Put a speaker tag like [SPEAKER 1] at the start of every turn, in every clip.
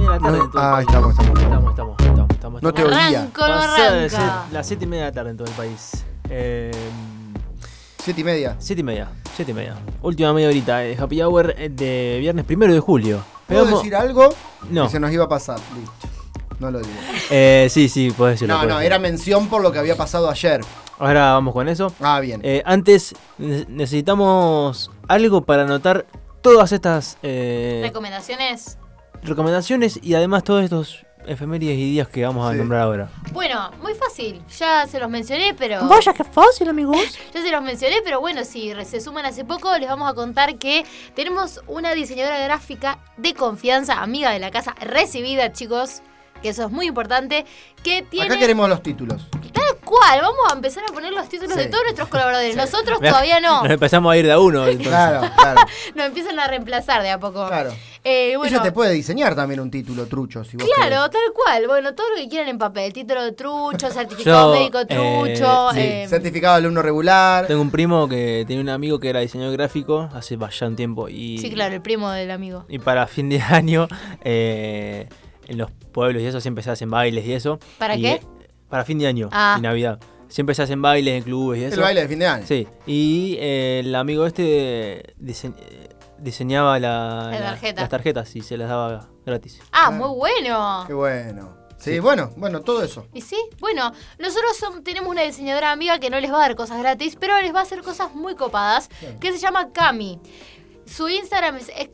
[SPEAKER 1] Ah, estamos, estamos,
[SPEAKER 2] Estamos, estamos, estamos. estamos,
[SPEAKER 1] No te
[SPEAKER 2] estamos.
[SPEAKER 1] oía.
[SPEAKER 3] Arranco, no
[SPEAKER 2] Pasada de
[SPEAKER 3] arranca.
[SPEAKER 2] se- Las 7 y media de la tarde en todo el país. Eh,
[SPEAKER 1] Siete y media.
[SPEAKER 2] 7 y media, 7 y media. Última media horita, eh, happy hour eh, de viernes primero de julio.
[SPEAKER 1] ¿Puedo
[SPEAKER 2] Pegamos-
[SPEAKER 1] decir algo?
[SPEAKER 2] No.
[SPEAKER 1] Que se nos iba a pasar. Listo. No lo digo.
[SPEAKER 2] Eh, sí, sí, puedes decirlo.
[SPEAKER 1] No,
[SPEAKER 2] podés
[SPEAKER 1] no,
[SPEAKER 2] decirlo.
[SPEAKER 1] era mención por lo que había pasado ayer.
[SPEAKER 2] Ahora vamos con eso.
[SPEAKER 1] Ah, bien.
[SPEAKER 2] Eh, antes, ne- necesitamos algo para anotar todas estas eh,
[SPEAKER 3] Recomendaciones.
[SPEAKER 2] recomendaciones y además todos estos efemérides y días que vamos a
[SPEAKER 1] Sí.
[SPEAKER 2] nombrar ahora.
[SPEAKER 3] Bueno, muy fácil. Ya se los mencioné, pero.
[SPEAKER 4] Vaya que fácil, amigos.
[SPEAKER 3] Ya se los mencioné, pero bueno, si re- se suman hace poco, les vamos a contar que tenemos una diseñadora gráfica de confianza, amiga de la casa, recibida, chicos, que eso es muy importante, que tiene...
[SPEAKER 1] Acá queremos los títulos.
[SPEAKER 3] Tal cual, vamos a empezar a poner los títulos
[SPEAKER 1] Sí.
[SPEAKER 3] de todos nuestros colaboradores.
[SPEAKER 1] Sí.
[SPEAKER 3] Nosotros todavía no,
[SPEAKER 2] Nos empezamos a ir de a uno. entonces.
[SPEAKER 1] Claro, claro,
[SPEAKER 3] nos empiezan a reemplazar de a poco.
[SPEAKER 1] claro.
[SPEAKER 3] Eh,
[SPEAKER 1] Ella
[SPEAKER 3] bueno,
[SPEAKER 1] te puede diseñar también un título trucho, si vos
[SPEAKER 3] Claro, tal cual. Bueno, todo lo que quieran en papel. Título de trucho, certificado
[SPEAKER 2] Yo, eh,
[SPEAKER 3] médico trucho.
[SPEAKER 1] querés. Sí,
[SPEAKER 3] eh,
[SPEAKER 1] Certificado de alumno regular.
[SPEAKER 2] Tengo un primo que tenía un amigo que era diseñador gráfico hace bastante tiempo y,
[SPEAKER 3] sí, claro, el primo del amigo.
[SPEAKER 2] y para fin de año eh, en los pueblos y eso siempre se hacen bailes y eso.
[SPEAKER 3] ¿Para
[SPEAKER 2] Y,
[SPEAKER 3] qué?
[SPEAKER 2] eh, Para fin de año
[SPEAKER 3] Ah.
[SPEAKER 2] y Navidad. Siempre se hacen bailes en clubes y eso.
[SPEAKER 1] El baile de fin de año.
[SPEAKER 2] Sí, y eh, el amigo este dise- eh, diseñaba la-
[SPEAKER 3] La
[SPEAKER 2] la-
[SPEAKER 3] tarjeta.
[SPEAKER 2] las tarjetas y se las daba gratis.
[SPEAKER 3] Ah, muy bueno.
[SPEAKER 1] Qué bueno. Sí, bueno, bueno, todo eso.
[SPEAKER 3] Y sí, bueno, nosotros som- tenemos una diseñadora amiga que no les va a dar cosas gratis, pero les va a hacer cosas muy copadas, que se llama Cami. Su Instagram es es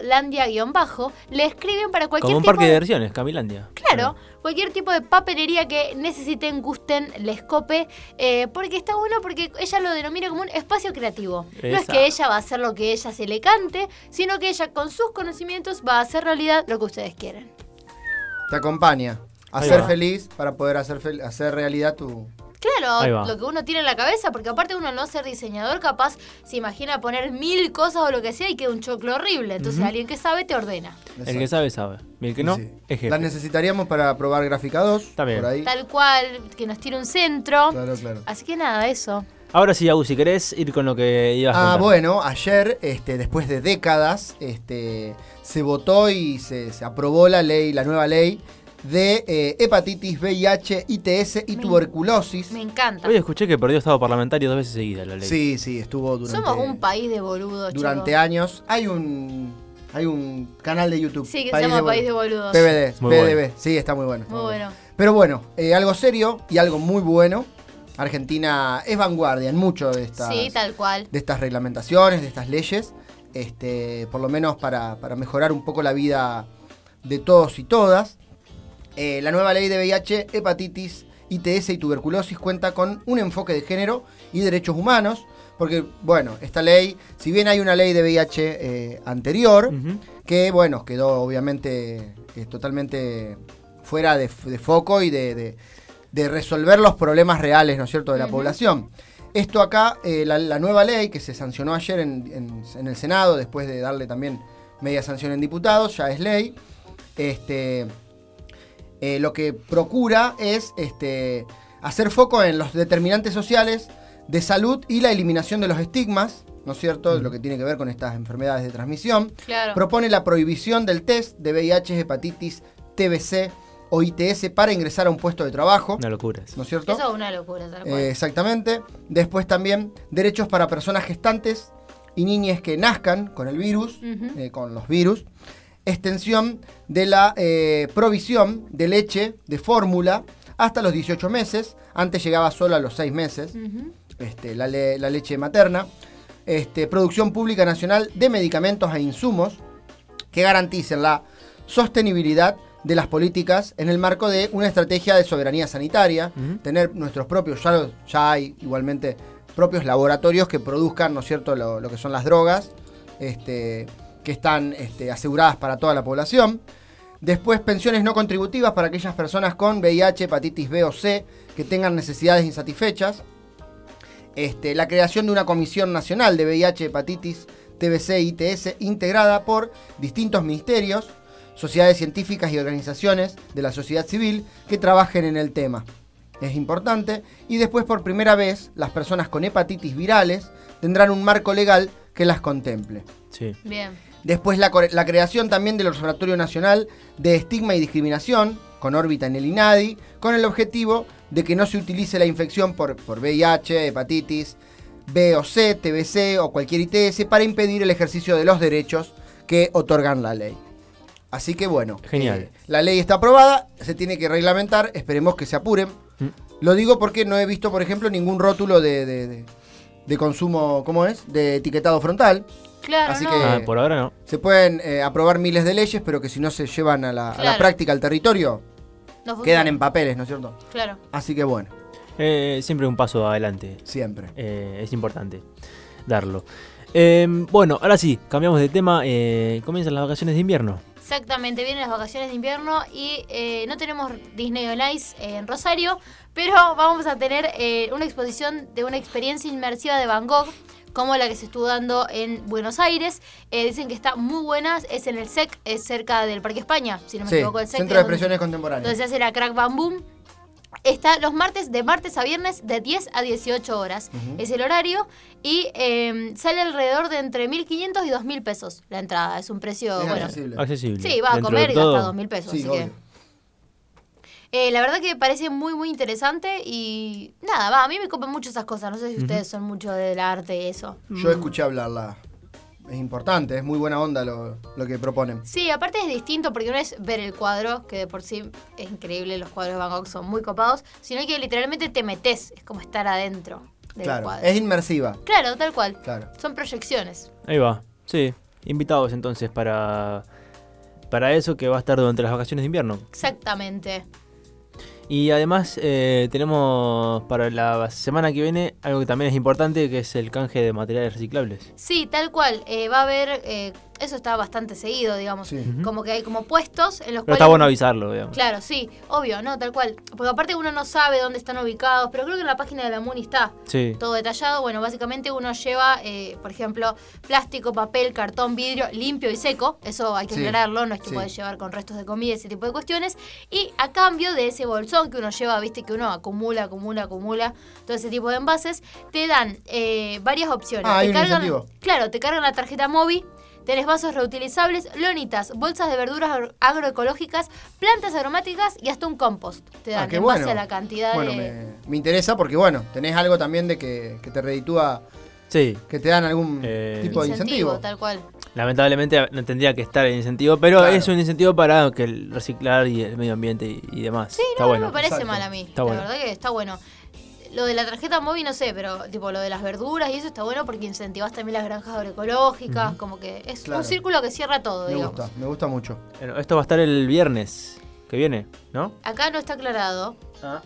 [SPEAKER 3] cami-landia-bajo. Le escriben para cualquier
[SPEAKER 2] Como un
[SPEAKER 3] Pues, tipo
[SPEAKER 2] parque de
[SPEAKER 3] de...
[SPEAKER 2] diversiones, Camilandia.
[SPEAKER 3] Claro, cualquier tipo de papelería que necesiten, gusten, les cope, eh, porque está bueno porque ella lo denomina como un espacio creativo. No es
[SPEAKER 2] Esa.
[SPEAKER 3] que ella va a hacer lo que ella se le cante, sino que ella con sus conocimientos va a hacer realidad lo que ustedes quieren.
[SPEAKER 1] Te acompaña a
[SPEAKER 2] Ahí
[SPEAKER 1] ser
[SPEAKER 2] va.
[SPEAKER 1] feliz para poder hacer, fel- hacer realidad tu.
[SPEAKER 2] Ahí
[SPEAKER 3] Claro,
[SPEAKER 2] va.
[SPEAKER 3] lo que uno tiene en la cabeza, porque aparte uno no ser diseñador capaz se imagina poner mil cosas o lo que sea y queda un choclo horrible. Entonces alguien que sabe te ordena.
[SPEAKER 2] El que sabe, sabe. Y el que no,
[SPEAKER 1] Sí.
[SPEAKER 2] es jefe.
[SPEAKER 1] Las necesitaríamos para probar gráfica 2.
[SPEAKER 2] Está bien.
[SPEAKER 1] Por ahí.
[SPEAKER 3] Tal cual, que nos tire un centro.
[SPEAKER 1] Claro, claro.
[SPEAKER 3] Así que nada, eso.
[SPEAKER 2] Ahora sí, Agus, si querés ir con lo que ibas a
[SPEAKER 1] Ah,
[SPEAKER 2] contar.
[SPEAKER 1] bueno, ayer, este, después de décadas, este, se votó y se, se aprobó la ley, la nueva ley de eh, hepatitis, VIH, ITS y
[SPEAKER 3] Me-
[SPEAKER 1] tuberculosis.
[SPEAKER 3] Me encanta.
[SPEAKER 2] Hoy escuché que perdió estado parlamentario dos veces seguida la ley.
[SPEAKER 1] Sí, sí, estuvo durante,
[SPEAKER 3] Somos un país de boludos,
[SPEAKER 1] durante
[SPEAKER 3] chicos.
[SPEAKER 1] años. Hay un, hay un canal de YouTube.
[SPEAKER 3] Sí, que se llama País de Boludos.
[SPEAKER 1] PBD,
[SPEAKER 2] Muy
[SPEAKER 1] PDB. Sí, está muy bueno. está
[SPEAKER 3] Muy bueno.
[SPEAKER 1] Pero bueno, eh, algo serio y algo muy bueno. Argentina es vanguardia en mucho de estas,
[SPEAKER 3] Sí, tal cual.
[SPEAKER 1] de estas reglamentaciones, de estas leyes, este, por lo menos para, para mejorar un poco la vida de todos y todas. Eh, la nueva ley de VIH, hepatitis, ITS y tuberculosis cuenta con un enfoque de género y derechos humanos, porque, bueno, esta ley, si bien hay una ley de VIH eh, anterior,
[SPEAKER 2] Ujú.
[SPEAKER 1] que bueno, quedó obviamente eh, totalmente fuera de, de foco y de, de- de resolver los problemas reales, ¿no es cierto?, de la
[SPEAKER 3] Ujú.
[SPEAKER 1] población. Esto acá, eh, la, la nueva ley que se sancionó ayer en, en- en el Senado, después de darle también media sanción en diputados, ya es ley, este, eh, lo que procura es este, hacer foco en los determinantes sociales de salud y la eliminación de los estigmas, ¿no es cierto?, lo que tiene que ver con estas enfermedades de transmisión
[SPEAKER 3] Claro.
[SPEAKER 1] propone la prohibición del test de VIH, hepatitis, TBC o ITS para ingresar a un puesto de trabajo,
[SPEAKER 2] Una locura.
[SPEAKER 1] ¿no es cierto?
[SPEAKER 3] Eso es una locura, tal cual.
[SPEAKER 1] Eh, exactamente. Después también derechos para personas gestantes y niñes que nazcan con el virus,
[SPEAKER 3] Ujú.
[SPEAKER 1] eh, con los virus. Extensión de la eh, provisión de leche, de fórmula, hasta los 18 meses. Antes llegaba solo a los 6 meses
[SPEAKER 3] Ujú.
[SPEAKER 1] este, la, le- la leche materna, este, producción pública nacional de medicamentos e insumos que garanticen la sostenibilidad de las políticas en el marco de una estrategia de soberanía sanitaria,
[SPEAKER 2] Ujú.
[SPEAKER 1] tener nuestros propios, ya, lo- ya hay igualmente propios laboratorios que produzcan, ¿no es cierto?, lo, lo que son las drogas, este, que están este, aseguradas para toda la población. Después, pensiones no contributivas para aquellas personas con VIH, hepatitis B o C que tengan necesidades insatisfechas. Este, la creación de una comisión nacional de VIH, hepatitis, TBC y ITS integrada por distintos ministerios, sociedades científicas y organizaciones de la sociedad civil que trabajen en el tema. Es importante. Y después, por primera vez, las personas con hepatitis virales tendrán un marco legal que las contemple.
[SPEAKER 2] Sí.
[SPEAKER 3] Bien.
[SPEAKER 1] Después la, core- la creación también del Observatorio Nacional de Estigma y Discriminación, con órbita en el INADI, con el objetivo de que no se utilice la infección por, por VIH, hepatitis, B o C, TBC o cualquier ITS para impedir el ejercicio de los derechos que otorgan la ley. Así que bueno,
[SPEAKER 2] Genial.
[SPEAKER 1] eh, la ley está aprobada, se tiene que reglamentar, esperemos que se apuren.
[SPEAKER 2] Mm.
[SPEAKER 1] Lo digo porque no he visto, por ejemplo, ningún rótulo de, de- de- de consumo, ¿cómo es? De etiquetado frontal.
[SPEAKER 3] Claro,
[SPEAKER 1] Así
[SPEAKER 3] no.
[SPEAKER 1] que-
[SPEAKER 2] Ah, por ahora no.
[SPEAKER 1] Se pueden eh, aprobar miles de leyes, pero que si no se llevan a la, a la
[SPEAKER 3] Claro.
[SPEAKER 1] práctica, al territorio,
[SPEAKER 3] no funciona.
[SPEAKER 1] quedan en papeles, ¿no es cierto?
[SPEAKER 3] Claro.
[SPEAKER 1] Así que bueno,
[SPEAKER 2] Eh, siempre un paso adelante.
[SPEAKER 1] siempre.
[SPEAKER 2] Eh, es importante darlo. Eh, bueno, ahora sí, cambiamos de tema. eh, comienzan las vacaciones de invierno.
[SPEAKER 3] Exactamente, vienen las vacaciones de invierno y eh, no tenemos Disney on Ice en Rosario, pero vamos a tener eh, una exposición de una experiencia inmersiva de Van Gogh, como la que se estuvo dando en Buenos Aires. Eh, dicen que está muy buena, es en el SEC, es cerca del Parque España, si no me
[SPEAKER 1] Sí,
[SPEAKER 3] equivoco, el SEC.
[SPEAKER 1] Centro de
[SPEAKER 3] es donde-
[SPEAKER 1] Expresiones
[SPEAKER 3] donde
[SPEAKER 1] Contemporáneas.
[SPEAKER 3] se hace la crack bam boom. Está los martes, de martes a viernes, de 10 a 18 horas.
[SPEAKER 1] Ujú.
[SPEAKER 3] Es el horario. Y eh, sale alrededor de entre 1.500 y 2.000 pesos la entrada. Es un precio,
[SPEAKER 1] Es
[SPEAKER 3] bueno.
[SPEAKER 1] accesible.
[SPEAKER 2] Accesible.
[SPEAKER 3] Sí, va a
[SPEAKER 2] Dentro
[SPEAKER 3] comer
[SPEAKER 2] de
[SPEAKER 3] y gasta
[SPEAKER 2] todo,
[SPEAKER 3] 2.000 pesos.
[SPEAKER 1] Sí,
[SPEAKER 3] así
[SPEAKER 1] obvio.
[SPEAKER 3] que, eh, la verdad que parece muy, muy interesante. Y nada, va, a mí me copan mucho esas cosas. No sé si ustedes son mucho del arte y eso.
[SPEAKER 1] Yo escuché hablarla. Es importante, es muy buena onda lo, lo que proponen.
[SPEAKER 3] Sí, aparte es distinto porque no es ver el cuadro, que de por sí es increíble, los cuadros de Van Gogh son muy copados, sino que literalmente te metes, es como estar adentro del
[SPEAKER 1] Claro,
[SPEAKER 3] cuadro.
[SPEAKER 1] es inmersiva.
[SPEAKER 3] Claro, tal cual.
[SPEAKER 1] Claro.
[SPEAKER 3] Son proyecciones.
[SPEAKER 2] Ahí va. Sí, invitados entonces para, para eso que va a estar durante las vacaciones de invierno.
[SPEAKER 3] Exactamente.
[SPEAKER 2] Y además eh, tenemos para la semana que viene algo que también es importante, que es el canje de materiales reciclables.
[SPEAKER 3] Sí, tal cual. eh, va a haber, eh, eso está bastante seguido, digamos.
[SPEAKER 1] Sí.
[SPEAKER 2] Ujú.
[SPEAKER 3] Como que hay como puestos en
[SPEAKER 2] Pero
[SPEAKER 3] los cuales...
[SPEAKER 2] está bueno avisarlo, digamos.
[SPEAKER 3] Claro, sí, obvio, no, tal cual. Porque aparte uno no sabe dónde están ubicados, pero creo que en la página de la MUNI está.
[SPEAKER 2] Sí.
[SPEAKER 3] todo detallado. Bueno, básicamente uno lleva, eh, por ejemplo, plástico, papel, cartón, vidrio limpio y seco. Eso hay que
[SPEAKER 1] Sí,
[SPEAKER 3] aclararlo, no es que
[SPEAKER 1] sí.
[SPEAKER 3] puedes llevar con restos de comida, ese tipo de cuestiones. Y a cambio de ese bolsón que uno lleva, viste que uno acumula, acumula, acumula, todo ese tipo de envases, te dan eh, varias opciones.
[SPEAKER 1] Ah,
[SPEAKER 3] te
[SPEAKER 1] hay un
[SPEAKER 3] cargan,
[SPEAKER 1] incentivo.
[SPEAKER 3] Claro, te cargan la tarjeta móvil. Tenés vasos reutilizables, lonitas, bolsas de verduras agro- agroecológicas, plantas aromáticas y hasta un compost. Te dan
[SPEAKER 1] Ah, qué
[SPEAKER 3] en
[SPEAKER 1] bueno.
[SPEAKER 3] base a la cantidad
[SPEAKER 1] Bueno,
[SPEAKER 3] de.
[SPEAKER 1] me, me interesa porque, bueno, tenés algo también de que, que te reditúa,
[SPEAKER 2] Sí,
[SPEAKER 1] que te dan algún
[SPEAKER 2] Eh,
[SPEAKER 1] tipo de incentivo.
[SPEAKER 3] tal cual.
[SPEAKER 2] lamentablemente no tendría que estar el incentivo, pero
[SPEAKER 1] Claro.
[SPEAKER 2] es un incentivo para que el reciclar y el medio ambiente y, y demás.
[SPEAKER 3] Sí,
[SPEAKER 2] está
[SPEAKER 3] no,
[SPEAKER 2] bueno.
[SPEAKER 3] no me parece
[SPEAKER 1] exacto.
[SPEAKER 3] mal a mí.
[SPEAKER 2] Está
[SPEAKER 3] la
[SPEAKER 2] bueno.
[SPEAKER 3] verdad que está bueno. Lo de la tarjeta móvil no sé, pero tipo lo de las verduras y eso está bueno porque incentivas también las granjas agroecológicas, como que es
[SPEAKER 1] Claro.
[SPEAKER 3] un círculo que cierra todo,
[SPEAKER 1] Me
[SPEAKER 3] digamos.
[SPEAKER 1] gusta, me gusta mucho.
[SPEAKER 2] Bueno, esto va a estar el viernes que viene, ¿no?
[SPEAKER 3] Acá no está aclarado,
[SPEAKER 2] Ah,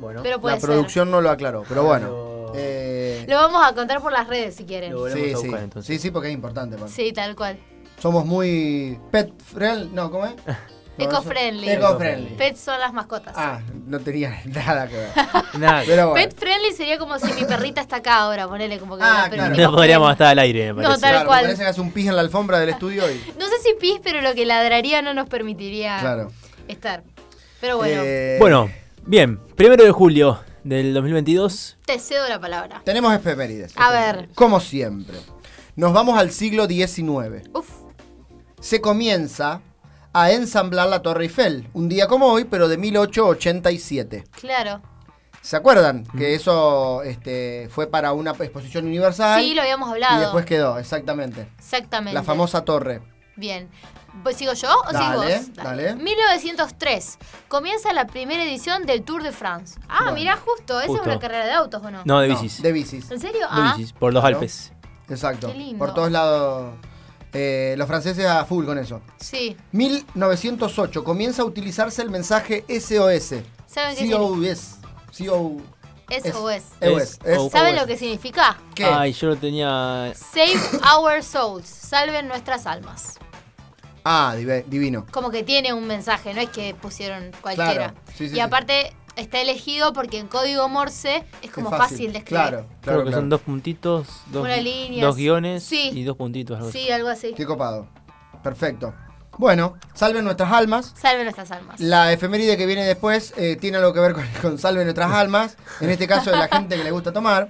[SPEAKER 2] bueno.
[SPEAKER 3] pero puede
[SPEAKER 1] La
[SPEAKER 3] ser.
[SPEAKER 1] producción no lo aclaró, pero bueno.
[SPEAKER 2] Pero-
[SPEAKER 1] Eh,
[SPEAKER 3] Lo vamos a contar por las redes si quieren.
[SPEAKER 2] Lo- volvemos
[SPEAKER 1] sí,
[SPEAKER 2] a
[SPEAKER 1] sí.
[SPEAKER 2] buscar, entonces.
[SPEAKER 1] sí, sí, porque es importante. Pablo.
[SPEAKER 3] Sí, tal cual.
[SPEAKER 1] Somos muy pet friendly, no, ¿cómo es?
[SPEAKER 3] Eco-friendly.
[SPEAKER 1] Eco friendly.
[SPEAKER 3] Pets son las mascotas.
[SPEAKER 1] Ah, no tenía nada que ver.
[SPEAKER 2] Nada,
[SPEAKER 1] Pero bueno.
[SPEAKER 3] Pet friendly sería como si mi perrita está acá ahora, ponele como que...
[SPEAKER 1] Ah,
[SPEAKER 3] pero
[SPEAKER 1] claro.
[SPEAKER 2] no podríamos estar al aire, me
[SPEAKER 3] No,
[SPEAKER 2] parece.
[SPEAKER 3] tal
[SPEAKER 1] Claro, me
[SPEAKER 3] cual.
[SPEAKER 1] Parece que hace un pis en la alfombra del estudio y
[SPEAKER 3] No sé si pis, pero lo que ladraría no nos permitiría
[SPEAKER 1] claro.
[SPEAKER 3] estar. Ah, Pero bueno,
[SPEAKER 1] Eh,
[SPEAKER 2] Bueno, bien, primero de julio del 2022.
[SPEAKER 3] te cedo la palabra.
[SPEAKER 1] tenemos efemérides.
[SPEAKER 3] A ver.
[SPEAKER 1] Como siempre. Nos vamos al siglo XIX.
[SPEAKER 3] Uf,
[SPEAKER 1] se comienza a ensamblar la Torre Eiffel, un día como hoy, pero de 1887.
[SPEAKER 3] claro.
[SPEAKER 1] ¿Se acuerdan?
[SPEAKER 2] Mm.
[SPEAKER 1] Que eso este, fue para una exposición universal.
[SPEAKER 3] Sí, lo habíamos
[SPEAKER 1] y
[SPEAKER 3] hablado.
[SPEAKER 1] después quedó, exactamente.
[SPEAKER 3] Exactamente.
[SPEAKER 1] La famosa torre.
[SPEAKER 3] Bien. ¿Voy- ¿Sigo yo o
[SPEAKER 1] Dale,
[SPEAKER 3] sigo vos?
[SPEAKER 1] dale.
[SPEAKER 3] 1903. Comienza la primera edición del Tour de France. Ah,
[SPEAKER 1] Bueno.
[SPEAKER 3] mirá, justo. Esa es
[SPEAKER 2] Justo.
[SPEAKER 3] una carrera de autos, ¿o no?
[SPEAKER 2] No, de
[SPEAKER 1] No,
[SPEAKER 2] bicis.
[SPEAKER 1] de bicis.
[SPEAKER 3] ¿En serio?
[SPEAKER 2] de
[SPEAKER 3] Ah,
[SPEAKER 2] bicis, por los
[SPEAKER 1] Claro.
[SPEAKER 2] Alpes.
[SPEAKER 1] Exacto.
[SPEAKER 3] Qué lindo.
[SPEAKER 1] Por todos lados. eh, los franceses a full con eso.
[SPEAKER 3] sí.
[SPEAKER 1] 1908 comienza a utilizarse el mensaje SOS.
[SPEAKER 3] ¿Saben qué
[SPEAKER 1] COS. COS.
[SPEAKER 3] Es o es.
[SPEAKER 1] SOS.
[SPEAKER 2] Es-
[SPEAKER 3] ¿Saben lo que significa?
[SPEAKER 1] E ¿Qué?
[SPEAKER 2] Ay, yo lo tenía.
[SPEAKER 3] Save our souls. Salven nuestras almas.
[SPEAKER 1] Ah, divi- divino.
[SPEAKER 3] Como que tiene un mensaje, no es que pusieron cualquiera.
[SPEAKER 1] Claro. Sí, sí,
[SPEAKER 3] y
[SPEAKER 1] sí.
[SPEAKER 3] aparte está elegido porque en código Morse es como
[SPEAKER 1] Es
[SPEAKER 3] fácil. de escribir.
[SPEAKER 1] Claro, claro.
[SPEAKER 2] Creo que
[SPEAKER 1] claro.
[SPEAKER 2] son dos puntitos, dos,
[SPEAKER 3] Una línea,
[SPEAKER 2] dos
[SPEAKER 3] sí.
[SPEAKER 2] guiones
[SPEAKER 3] Sí.
[SPEAKER 2] y dos puntitos. algo así.
[SPEAKER 3] Sí, algo así.
[SPEAKER 1] Qué copado. Perfecto. Bueno, salven nuestras almas.
[SPEAKER 3] Salven nuestras almas.
[SPEAKER 1] La efeméride que viene después eh, tiene algo que ver con, con salven nuestras almas. En este caso de la gente que le gusta tomar.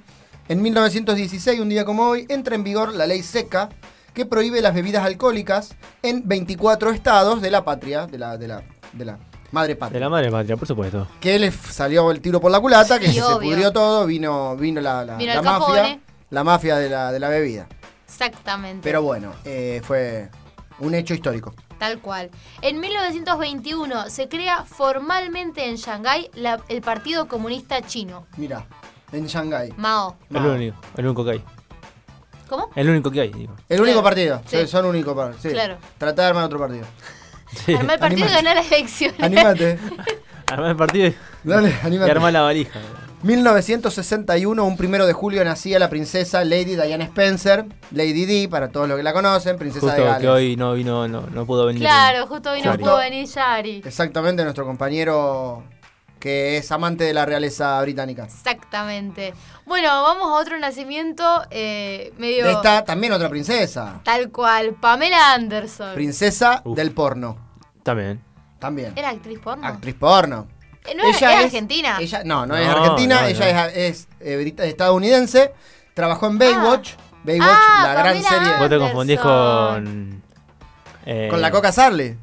[SPEAKER 1] En 1916, un día como hoy, entra en vigor la ley seca, que prohíbe las bebidas alcohólicas en 24 estados de la patria, de la, de la, de la madre
[SPEAKER 2] De
[SPEAKER 1] patria.
[SPEAKER 2] la madre patria, por supuesto.
[SPEAKER 1] Que les salió el tiro por la culata, que
[SPEAKER 3] Sí,
[SPEAKER 1] se
[SPEAKER 3] obvio.
[SPEAKER 1] pudrió todo, vino, vino la, la-
[SPEAKER 3] Vino eh.
[SPEAKER 1] la
[SPEAKER 3] Al
[SPEAKER 1] mafia,
[SPEAKER 3] Capone.
[SPEAKER 1] la mafia de la, de la bebida.
[SPEAKER 3] Exactamente.
[SPEAKER 1] Pero bueno, eh, fue un hecho histórico.
[SPEAKER 3] Tal cual. En 1921 se crea formalmente en Shanghái la- el Partido Comunista Chino,
[SPEAKER 1] Mira, en Shanghái.
[SPEAKER 3] Mao.
[SPEAKER 2] El
[SPEAKER 1] Mao.
[SPEAKER 2] único, el único que hay.
[SPEAKER 3] ¿Cómo?
[SPEAKER 2] El único que hay, digo.
[SPEAKER 1] El único
[SPEAKER 3] Claro,
[SPEAKER 1] partido,
[SPEAKER 3] sí.
[SPEAKER 1] son único partido. Sí.
[SPEAKER 3] Claro.
[SPEAKER 1] Tratá de armar otro partido.
[SPEAKER 2] Sí.
[SPEAKER 3] Armar el partido y
[SPEAKER 1] Animate.
[SPEAKER 3] ganar las elecciones.
[SPEAKER 1] Animate,
[SPEAKER 2] Armar el partido y,
[SPEAKER 1] dale,
[SPEAKER 2] y
[SPEAKER 1] animate.
[SPEAKER 2] armar la valija.
[SPEAKER 1] 1961, un primero de julio, nacía la princesa Lady Diana Spencer, Lady D, para todos los que la conocen, princesa de
[SPEAKER 2] Justo
[SPEAKER 1] Gales.
[SPEAKER 2] que hoy no vino, no, no pudo venir.
[SPEAKER 3] Claro, justo hoy no
[SPEAKER 1] Justo.
[SPEAKER 3] pudo venir Yari.
[SPEAKER 1] Exactamente, nuestro compañero que es amante de la realeza británica.
[SPEAKER 3] Exactamente. Bueno, vamos a otro nacimiento eh, medio
[SPEAKER 1] De esta también otra princesa,
[SPEAKER 3] tal cual. Pamela Anderson.
[SPEAKER 1] princesa
[SPEAKER 2] Uf.
[SPEAKER 1] del porno,
[SPEAKER 2] También.
[SPEAKER 1] también.
[SPEAKER 3] ¿Era actriz porno?
[SPEAKER 1] Actriz porno.
[SPEAKER 3] Eh, ¿No era,
[SPEAKER 1] Ella
[SPEAKER 3] era
[SPEAKER 1] es-
[SPEAKER 3] argentina?
[SPEAKER 1] Ella, no, no, es
[SPEAKER 2] No,
[SPEAKER 1] argentina,
[SPEAKER 2] no,
[SPEAKER 1] ella
[SPEAKER 2] no.
[SPEAKER 1] es, es, eh, brita- estadounidense, trabajó en Baywatch, Baywatch,
[SPEAKER 3] Ah,
[SPEAKER 1] la gran
[SPEAKER 3] Pamela
[SPEAKER 1] serie,
[SPEAKER 2] Vos te confundís
[SPEAKER 3] Anderson.
[SPEAKER 2] con. eh,
[SPEAKER 1] con la Coca Sarle.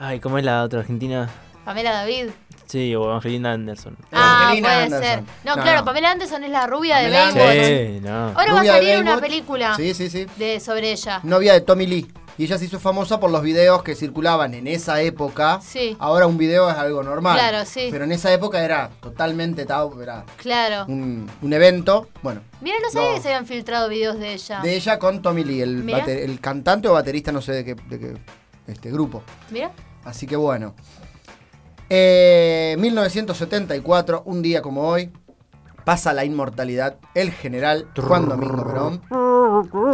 [SPEAKER 2] Ay, ¿cómo es la otra argentina?
[SPEAKER 3] Pamela David.
[SPEAKER 2] Sí, o Angelina Anderson.
[SPEAKER 3] Ah,
[SPEAKER 1] Angelina
[SPEAKER 3] puede
[SPEAKER 1] Anderson.
[SPEAKER 3] ser. No,
[SPEAKER 1] No,
[SPEAKER 3] claro,
[SPEAKER 1] no.
[SPEAKER 3] Pamela Anderson es la rubia
[SPEAKER 1] Pamela
[SPEAKER 3] de Baywatch.
[SPEAKER 1] Anderson.
[SPEAKER 2] Sí, no.
[SPEAKER 3] Ahora va a
[SPEAKER 1] Rubia de
[SPEAKER 3] salir una
[SPEAKER 1] Baywatch.
[SPEAKER 3] película
[SPEAKER 1] Sí, sí, sí.
[SPEAKER 3] de, sobre ella.
[SPEAKER 1] novia de Tommy Lee. Y ella se hizo famosa por los videos que circulaban en esa época.
[SPEAKER 3] Sí.
[SPEAKER 1] Ahora un video es algo normal.
[SPEAKER 3] Claro, sí.
[SPEAKER 1] Pero en esa época era totalmente tabú, era
[SPEAKER 3] Claro.
[SPEAKER 1] un, un evento. Bueno,
[SPEAKER 3] Mira, no sabía
[SPEAKER 1] Mm. No.
[SPEAKER 3] que se habían filtrado videos de ella.
[SPEAKER 1] de ella con Tommy Lee, el,
[SPEAKER 3] Mirá.
[SPEAKER 1] bate- el cantante o baterista, no sé de qué, de qué, este, grupo.
[SPEAKER 3] Mira.
[SPEAKER 1] Así que bueno. Eh, 1974, un día como hoy, pasa la inmortalidad el general Juan Domingo Perón.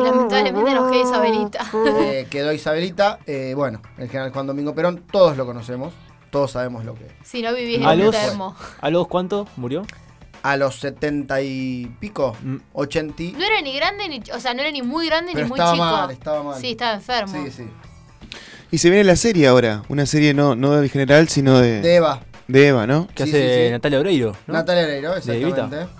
[SPEAKER 3] Lamentablemente nos queda Isabelita.
[SPEAKER 1] Eh, quedó Isabelita. eh, bueno, el general Juan Domingo Perón, todos lo conocemos, todos sabemos lo que es.
[SPEAKER 3] si no vivís
[SPEAKER 2] ¿A
[SPEAKER 3] en
[SPEAKER 2] los,
[SPEAKER 3] Palermo.
[SPEAKER 2] ¿A los cuánto murió?
[SPEAKER 1] A los setenta y pico,
[SPEAKER 2] Mm.
[SPEAKER 1] ochenta y...
[SPEAKER 3] No era ni grande, ni, o sea, no era ni muy grande
[SPEAKER 1] Pero
[SPEAKER 3] ni muy
[SPEAKER 1] estaba
[SPEAKER 3] chico.
[SPEAKER 1] mal, estaba mal.
[SPEAKER 3] Sí, estaba enfermo.
[SPEAKER 1] Sí, sí.
[SPEAKER 4] Y se viene la serie ahora. Una serie no, no del general, sino de,
[SPEAKER 1] De
[SPEAKER 4] de...
[SPEAKER 1] Eva,
[SPEAKER 4] Eva, ¿no?
[SPEAKER 2] ¿Qué
[SPEAKER 1] Sí,
[SPEAKER 2] hace
[SPEAKER 1] sí, sí.
[SPEAKER 2] Natalia Oreiro? ¿no?
[SPEAKER 1] Natalia Oreiro,
[SPEAKER 2] De
[SPEAKER 1] exactamente.
[SPEAKER 3] acuerdo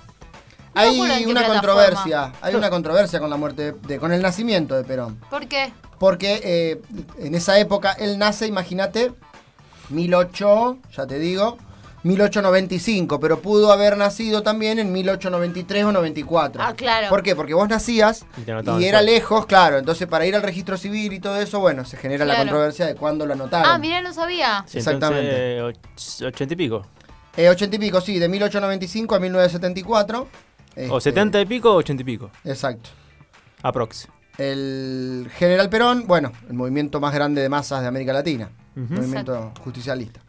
[SPEAKER 3] en
[SPEAKER 1] Hay
[SPEAKER 3] qué
[SPEAKER 1] una
[SPEAKER 3] plataforma.
[SPEAKER 1] controversia, hay una controversia con la muerte, de, de- con el nacimiento de Perón.
[SPEAKER 3] ¿Por qué?
[SPEAKER 1] Porque eh, en esa época él nace, imagínate, 18, ya te digo, 1895, pero pudo haber nacido también en 1893 o 94.
[SPEAKER 3] Ah, claro.
[SPEAKER 1] ¿Por qué? Porque vos nacías
[SPEAKER 2] Y te anotaban
[SPEAKER 1] y era
[SPEAKER 2] después.
[SPEAKER 1] lejos, claro. Entonces, para ir al registro civil y todo eso, bueno, se genera la
[SPEAKER 3] Claro.
[SPEAKER 1] controversia de cuándo lo anotaron.
[SPEAKER 3] Ah, mira, no sabía.
[SPEAKER 2] Sí,
[SPEAKER 1] Exactamente.
[SPEAKER 2] entonces, eh, och- ochenta y pico.
[SPEAKER 1] Eh, 80 y pico, sí, de 1895 a 1974.
[SPEAKER 2] O
[SPEAKER 1] Este,
[SPEAKER 2] setenta y pico o ochenta y pico.
[SPEAKER 1] Exacto.
[SPEAKER 2] Aprox.
[SPEAKER 1] El general Perón, bueno, el movimiento más grande de masas de América Latina.
[SPEAKER 2] Ujú.
[SPEAKER 1] Movimiento justicialista.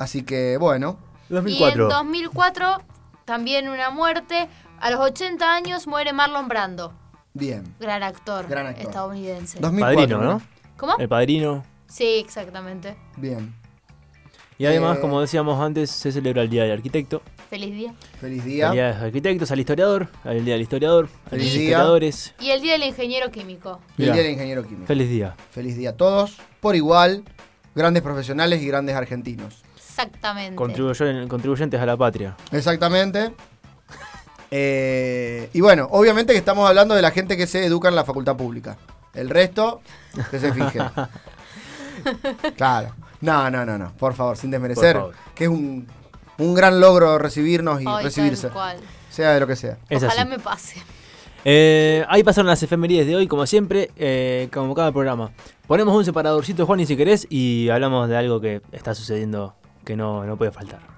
[SPEAKER 1] Así que, bueno,
[SPEAKER 3] Y en 2004 también una muerte. A los 80 años muere Marlon Brando,
[SPEAKER 1] bien.
[SPEAKER 3] gran actor,
[SPEAKER 1] Gran actor.
[SPEAKER 3] estadounidense.
[SPEAKER 1] 2004,
[SPEAKER 2] Padrino, ¿no?
[SPEAKER 3] ¿Cómo?
[SPEAKER 2] El padrino.
[SPEAKER 3] Sí, exactamente.
[SPEAKER 1] Bien.
[SPEAKER 2] Y además,
[SPEAKER 1] Eh,
[SPEAKER 2] como decíamos antes, se celebra el Día del Arquitecto.
[SPEAKER 3] Feliz día.
[SPEAKER 1] Feliz
[SPEAKER 2] El Día
[SPEAKER 1] día.
[SPEAKER 2] de los Arquitectos, al historiador, el Día del Historiador, a los
[SPEAKER 1] Feliz día.
[SPEAKER 2] historiadores.
[SPEAKER 3] Y el día del ingeniero químico.
[SPEAKER 1] Y El
[SPEAKER 2] Mirá.
[SPEAKER 1] día del ingeniero químico.
[SPEAKER 2] Feliz día.
[SPEAKER 1] Feliz día a todos, por igual, grandes profesionales y grandes argentinos.
[SPEAKER 3] Exactamente.
[SPEAKER 2] Contribuyen- contribuyentes a la patria.
[SPEAKER 1] Exactamente. Eh, y bueno, obviamente que estamos hablando de la gente que se educa en la facultad pública. El resto, que se fije. claro. No, no, no, no. Por favor, sin desmerecer.
[SPEAKER 2] Por favor.
[SPEAKER 1] Que es un, un gran logro recibirnos y
[SPEAKER 3] Ay, tal
[SPEAKER 1] recibirse.
[SPEAKER 3] cual.
[SPEAKER 1] Sea de lo que sea.
[SPEAKER 2] Es
[SPEAKER 3] Ojalá
[SPEAKER 2] así.
[SPEAKER 3] me pase.
[SPEAKER 2] Eh, ahí pasaron las efemerides de hoy, como siempre, eh, como cada programa. Ponemos un separadorcito, Juan, y si querés, y hablamos de algo que está sucediendo que no, no puede faltar.